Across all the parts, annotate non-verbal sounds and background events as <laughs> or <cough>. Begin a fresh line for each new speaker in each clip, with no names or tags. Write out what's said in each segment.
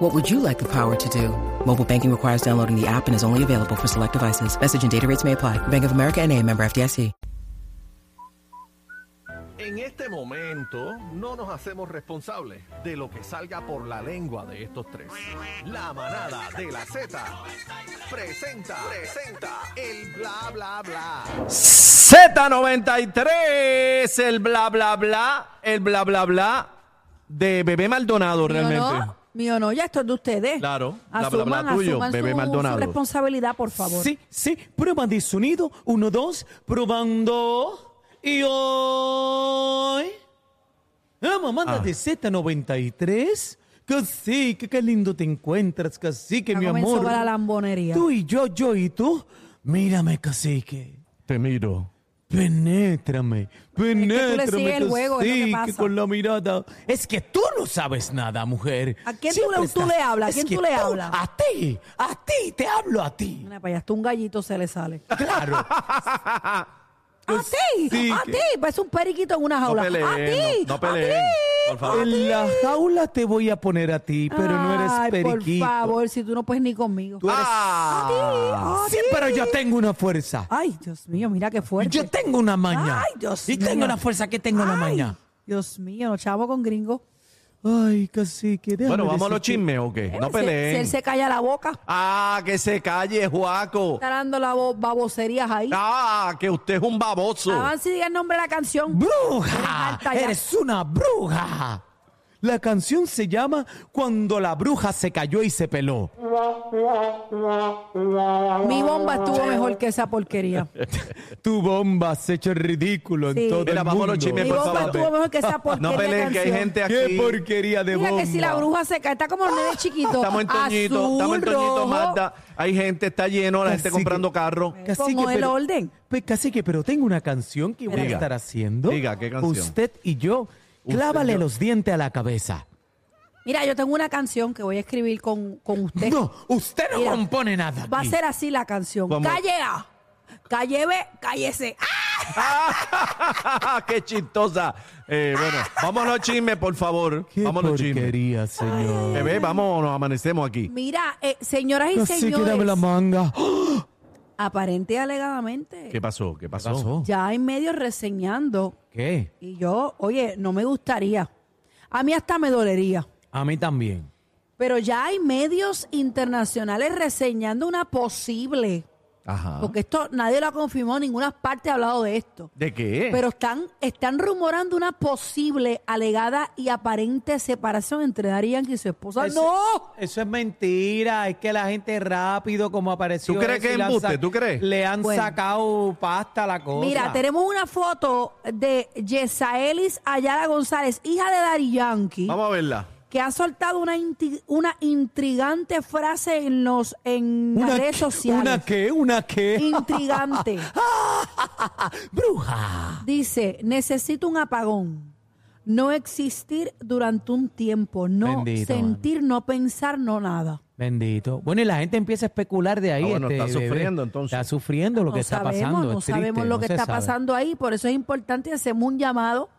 What would you like the power to do? Mobile banking requires downloading the app and is only available for select devices. Message and data rates may apply. Bank of America and a member FDIC.
En este momento no nos hacemos responsables de lo que salga por la lengua de estos tres. La manada de la Z presenta, presenta el bla bla bla.
Z93, el bla bla bla, el bla bla bla de Bebé Maldonado
Mío
realmente.
no, mío no, ya esto es de ustedes.
Claro, la
asuman,
palabra tuyo,
asuman
bebé
su,
Maldonado.
su responsabilidad, por favor.
Sí, sí, prueba de sonido. Uno, dos, probando. Y hoy. La
Ah.
mamada de Z93. Casi, que qué lindo te encuentras, cacique,
Ya
mi
comenzó
amor.
con la lambonería.
Tú y yo, yo y tú. Mírame, cacique.
Te miro.
Penétrame,
le
penétrame.
sigues el juego, es lo que
cacique,
pasa.
con la mirada. Es que tú no sabes nada, mujer.
¿A quién tú le-
Siempre
tú le hablas? ¿A
es
quién
que
tú le hablas?
A ti, a ti, te hablo a ti.
Mira para allá, hasta un gallito se le sale. <laughs>
Claro.
¡A ti!
sí,
¡A
que-
ti! Parece un periquito en una
No
jaula.
peleen,
¡A ti!
no,
¡A
no peleen.
ti!
Por favor.
En la jaula te voy a poner a ti, pero no
Ay,
eres periquito.
por favor, Ah. si tú no puedes ni conmigo.
Tú eres-
¡A ti!
Sí, pero yo tengo una fuerza.
¡Ay, Dios mío, mira qué Ah, fuerte!
Yo tengo una maña.
¡Ay, Dios
y
mío!
tengo la fuerza que tengo la
Ay,
maña.
Dios mío, no chavo con gringo.
Ay, cacique, déjame
Bueno, vamos a los
decirte-
chismes, ok. No
Si- Si,
peleen.
él Eh, se calla la boca,
Ah, que se calle, Juaco.
está dando las bo- baboserías ahí.
Ah, que usted es un baboso.
Avance y diga el nombre de la canción.
¡Bruja!
Alta ya.
¡Eres una bruja! La canción se llama Cuando la bruja se cayó y se peló.
Mi bomba estuvo mejor que esa
<laughs>
porquería.
Tu bomba has hecho el ridículo
Sí.
en todo
Mira,
el
vamos a
mundo.
los chismes,
Mi
por
bomba
favor.
estuvo mejor que esa porquería.
No peleen, que hay
canción.
gente aquí.
¡Qué porquería de
Mira
bomba!
que si la bruja se cae, está como el nene chiquito.
Estamos en Toñito,
Azul,
estamos en Toñito,
rojo. Pues
Magda. Hay gente, está lleno, la gente
Cacique.
comprando carro.
Como el orden.
Pues casi que, pero tengo una canción que voy
Diga.
a estar haciendo.
Diga, ¿qué canción?
Usted y yo, clávale los dientes a la cabeza.
Mira, yo tengo una canción que voy a escribir con, con usted.
No, usted no
Mira,
compone nada.
Va a
aquí.
ser así la canción.
¿Cómo?
Calle A, calle B, calle C. ¡Ah!
<laughs> ¡Qué chistosa! Eh, bueno, vamos a los chismes, por favor.
¡Qué
Vamos a los chismes.
porquería, señor!
Bebé, vamos, nos amanecemos aquí.
Mira, eh, señoras y
Casi que dame
señores,
la manga.
aparente y alegadamente,
¿Qué pasó? ¿Qué pasó?
ya hay medios reseñando.
¿Qué?
Y yo, oye, no me gustaría. A mí hasta me dolería.
A mí también.
Pero ya hay medios internacionales reseñando una posible,
Ajá.
porque esto nadie lo ha confirmado, ninguna parte ha hablado de esto.
¿De qué?
Pero están, están rumorando una posible, alegada y aparente separación entre Daddy Yankee y su esposa.
Ese-
Ah, ¡No!
Eso es mentira. Es que la gente rápido, como apareció.
¿Tú crees que
eso, y le han
embuste?
sa-
¿Tú crees?
Le han
Bueno.
sacado pasta a la cosa.
Mira, tenemos una foto de Yesaelis Ayala González, hija de Daddy Yankee.
Vamos a verla.
que ha soltado una, inti- una intrigante frase en los en las redes
que- <laughs>
sociales.
¿Una qué? ¿Una qué?
Intrigante.
<laughs> ¡Bruja!
Dice, necesito un apagón. No existir durante un tiempo. No
Bendito,
sentir, no pensar, no nada.
Bendito. Bueno, y la gente empieza a especular de ahí.
Ah, bueno,
este,
está
bebé.
sufriendo, entonces.
Está sufriendo lo que
no
está
sabemos,
pasando.
no
es triste,
sabemos lo
no
que
se
está
sabe.
pasando ahí. Por eso es importante, hacemos un llamado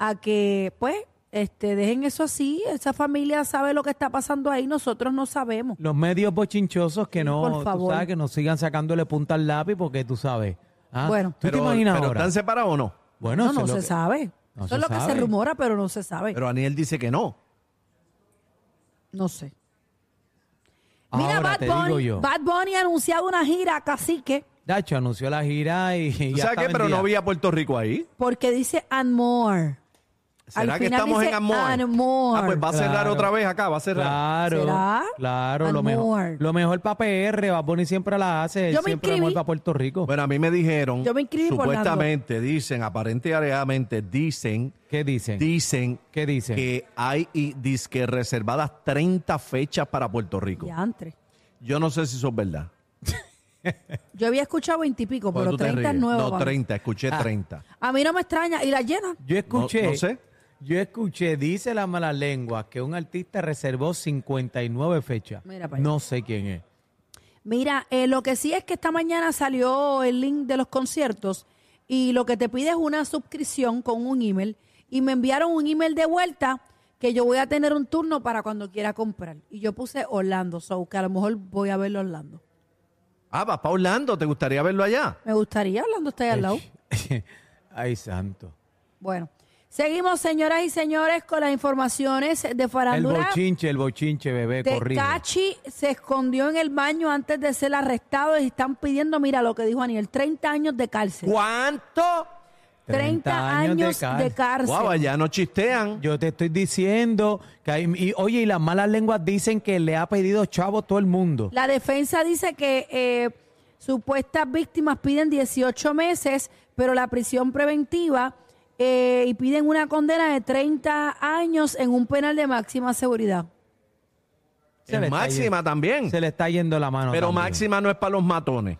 a que, pues, este, dejen eso así. Esa familia sabe lo que está pasando ahí. Nosotros no sabemos.
Los medios bochinchosos que no,
por
tú
favor.
sabes, que nos sigan sacándole punta al lápiz porque tú sabes. Ah,
Bueno.
¿tú te imaginas
pero
ahora?
¿Están separados o no?
Bueno,
no, no
eso es
se
lo que-
sabe.
no
eso
se
es lo que se
sabe.
rumora, pero no se sabe.
Pero Aniel dice que no.
No sé. Mira,
Ahora
Bad
te digo
Bunny,
yo.
Bad Bunny ha anunciado una gira, cacique,
Dacho anunció la gira y, y
¿Tú
ya
sabes
está
qué? Pero
vendida.
no vi a Puerto Rico ahí.
porque dice and more.
¿Será
Al
que
final
estamos
dice
en amor?
and more.
Ah, pues va a cerrar
Claro.
otra vez acá, va a cerrar.
Claro,
¿Será?
claro, lo
Amor.
mejor, lo mejor para PR, Bad Bunny siempre la hace, él
Yo me
siempre
inscribí.
amor para Puerto
<laughs>
Rico.
Bueno, a mí me dijeron,
Yo me inscribí por Nando.
supuestamente dicen, aparente y alegadamente dicen,
¿Qué dicen?
dicen
¿Qué dicen?
que hay y disque reservadas 30 fechas para Puerto Rico.
Diantre.
Yo no sé si eso es verdad.
Yo había escuchado 20 y pico,
Porque
pero
tú te
30 es
ríes.
nueva.
No,
para mí.
30,
Ah.
escuché 30.
A mí no me extraña. ¿Y la llena?
Yo escuché,
no sé.
yo escuché, dice la mala lengua, que un artista reservó 59 fechas.
Mira pa' allá.
no sé quién es.
Mira, eh, lo que sí es que esta mañana salió el link de los conciertos y lo que te pide es una suscripción con un email y me enviaron un email de vuelta que yo voy a tener un turno para cuando quiera comprar. Y yo puse Orlando, so que a lo mejor voy a verlo Orlando.
Ah, vas para Orlando, ¿te gustaría verlo allá?
Me gustaría, Orlando está ahí al lado.
<laughs> Ay, santo.
Bueno, seguimos señoras y señores con las informaciones de
El
Farandura.
bochinche, el bochinche, bebé, corrido.
Tecachi se escondió en el baño antes de ser arrestado y están pidiendo, mira lo que dijo Aniel, 30 años de cárcel.
¿Cuánto?
30 años de cárcel.
Guau, allá no chistean.
Yo te estoy diciendo que hay, y, oye, y las malas lenguas dicen que le ha pedido chavo todo el mundo.
La defensa dice que eh, supuestas víctimas piden 18 meses, pero la prisión preventiva eh, y piden una condena de 30 años en un penal de máxima seguridad.
Se
En
le está
máxima
yendo-
también.
Se le está yendo la mano.
pero
también.
máxima no es para los matones.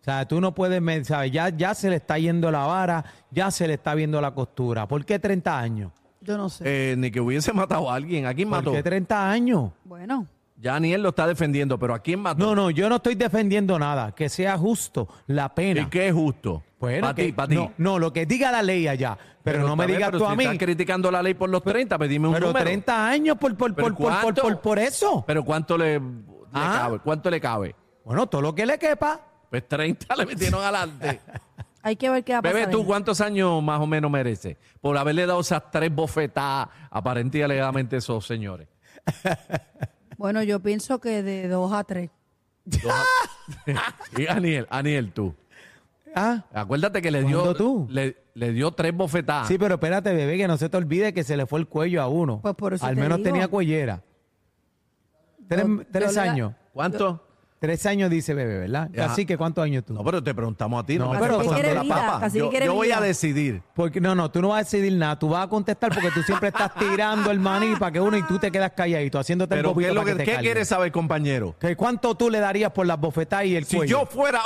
O sea, tú no puedes, me- ¿sabes? Ya, ya se le está yendo la vara, ya se le está viendo la costura. ¿Por qué 30 años?
Yo no sé.
Eh, ni que hubiese <laughs> matado a alguien. ¿A quién mató?
¿Por qué 30 años?
Bueno,
Ya ni él lo está defendiendo, pero ¿a quién mató?
No, no, yo no estoy defendiendo nada. Que sea justo la pena.
¿Y qué es justo?
Bueno,
para
Pues que-
ti, para ti.
No, no, lo que diga la ley allá. Pero, no me
está bien,
digas
pero
tú
si
a mí.
Estás criticando la ley por los 30, pues dime un
Pero
número.
30 años por, por,
¿Pero
por, por, por,
cuánto?
por- por eso.
¿Pero cuánto le, le
Ah.
cabe? ¿Cuánto le cabe?
Bueno, todo lo que le quepa.
Pues 30 <laughs> le metieron
<laughs>
adelante.
hay que ver qué va a pasar.
Bebé, ¿tú
ahí.
cuántos años más o menos mereces? Por haberle dado esas tres bofetadas, aparente y alegadamente, esos señores.
Bueno, yo pienso que de 2 a 3.
Y Aniel, Aniel, tú.
Ah,
Acuérdate que le dio.
¿Cuándo tú?
Le, le dio tres bofetadas.
sí, pero espérate, bebé, que no se te olvide que se le fue el cuello a uno.
Pues por eso
Al
te
menos
digo.
tenía cuellera. Tres,
Yo- yo
tres
le-
años.
¿Cuánto?
Tres años dice bebé, ¿verdad?
Ajá.
Así que ¿cuántos años tú?
No, pero te preguntamos a ti. No,
No,
me
pero
estés
Cacique
pasando
quiere
la
vida,
papa.
Cacique
Yo,
quiere
yo voy a
vida.
decidir.
Porque, no, no, tú no vas a decidir nada, tú vas a contestar porque tú siempre estás tirando el maní para que uno y tú te quedas calladito, haciéndote el
Pero ¿qué,
bobito
es lo
para
que,
que te
¿qué
calmes.
quieres saber, compañero?
¿Que ¿Cuánto tú le darías por las bofetadas y el
Si
cuello?
yo
<laughs>
fuera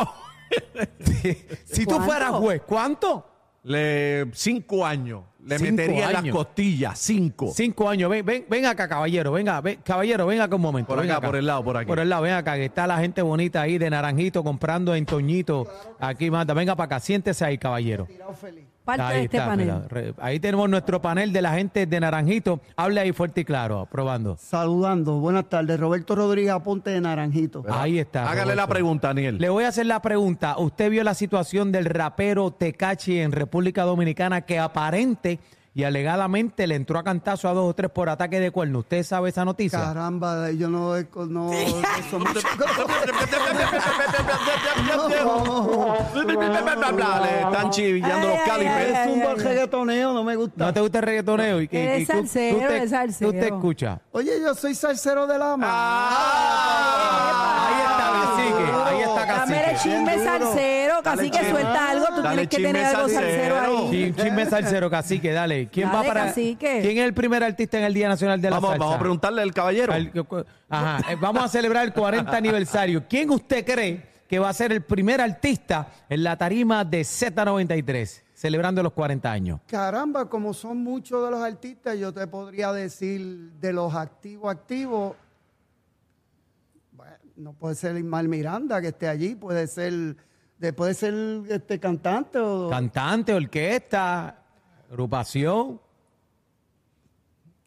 si tú
¿Cuánto?
fueras juez, ¿cuánto?
le, cinco años, le
Cinco
metería en las
años.
costillas, cinco.
Cinco años, ven, ven, ven acá, caballero, venga, ven, caballero, venga acá un momento.
Por
ven
acá, por el lado, por aquí.
Por el lado, ven acá, que está la gente bonita ahí de naranjito comprando en Toñito. Aquí manda, venga para acá, siéntese ahí, caballero.
Parte
ahí
de este
está,
panel.
mira, re- ahí tenemos nuestro panel de la gente de naranjito. Hable ahí fuerte y claro, probando.
Saludando, buenas tardes. Roberto Rodríguez Aponte de Naranjito.
Ahí está.
Hágale la
Roberto.
pregunta, Daniel.
Le voy a hacer la pregunta. ¿Usted vio la situación del rapero Tecachi en República Dominicana que aparente y alegadamente le entró a cantazo a dos o tres por ataque de cuerno? ¿Usted sabe esa noticia?
Caramba, yo no... no
<laughs>
eso <laughs> mucho-
Le están chivillando los
Ay, ay,
calipers.
es un buen reggaetoneo, no me gusta.
¿No te gusta el reggaetoneo? ¿Y, que
Eres
tú,
salsero,
tú te,
eres salsero.
tú te escuchas.
Oye, yo soy salsero de la mano.
Ahí está Cacique, ahí está
Ah. Dame el
Cacique.
chisme
Bien duro.
Dale
salsero, casi que
chisme.
suelta algo, tú
Dale
tienes que
chisme
tener algo
salsero.
salsero ahí.
Chin- Chisme salsero, Cacique, dale. ¿Quién
Dale,
va para
Cacique.
¿Quién es el primer artista en el Día Nacional de la
Vamos,
Salsa?
vamos a preguntarle al caballero.
Al- que- cu- ajá, eh, vamos a celebrar el 40 aniversario. ¿Quién usted cree que va a ser el primer artista en la tarima de Z93, celebrando los 40 años?
Caramba, como son muchos de los artistas, yo te podría decir de los activos activos. Bueno, no puede ser Ismael Miranda que esté allí, puede ser, de- puede ser este cantante o
Cantante, orquesta, agrupación.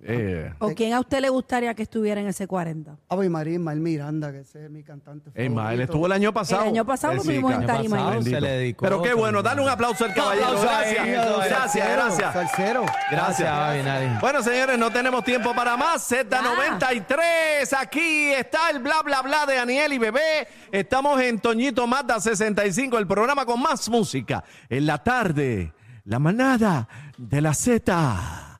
Eh,
¿O quién a usted le gustaría que estuviera en ese 40?
Ave María Ismael Miranda, que ese es mi cantante.
eh, ma, él
favorito.
estuvo el año pasado.
El año pasado
Eh,
lo
sí,
tuvimos en
año
tarima.
pasado,
Bendito.
se le dedicó. Pero qué bueno, dale un aplauso al caballero.
aplauso a él.
Gracias,
Salsero.
gracias, gracias.
Salsero.
Gracias.
Gaby, nadie.
Bueno, señores, no tenemos tiempo para más. Z93, aquí está el bla, bla, bla de Daniel y Bebé. Estamos en Toñito Mata 65, el programa con más música. En la tarde, la manada de la Z.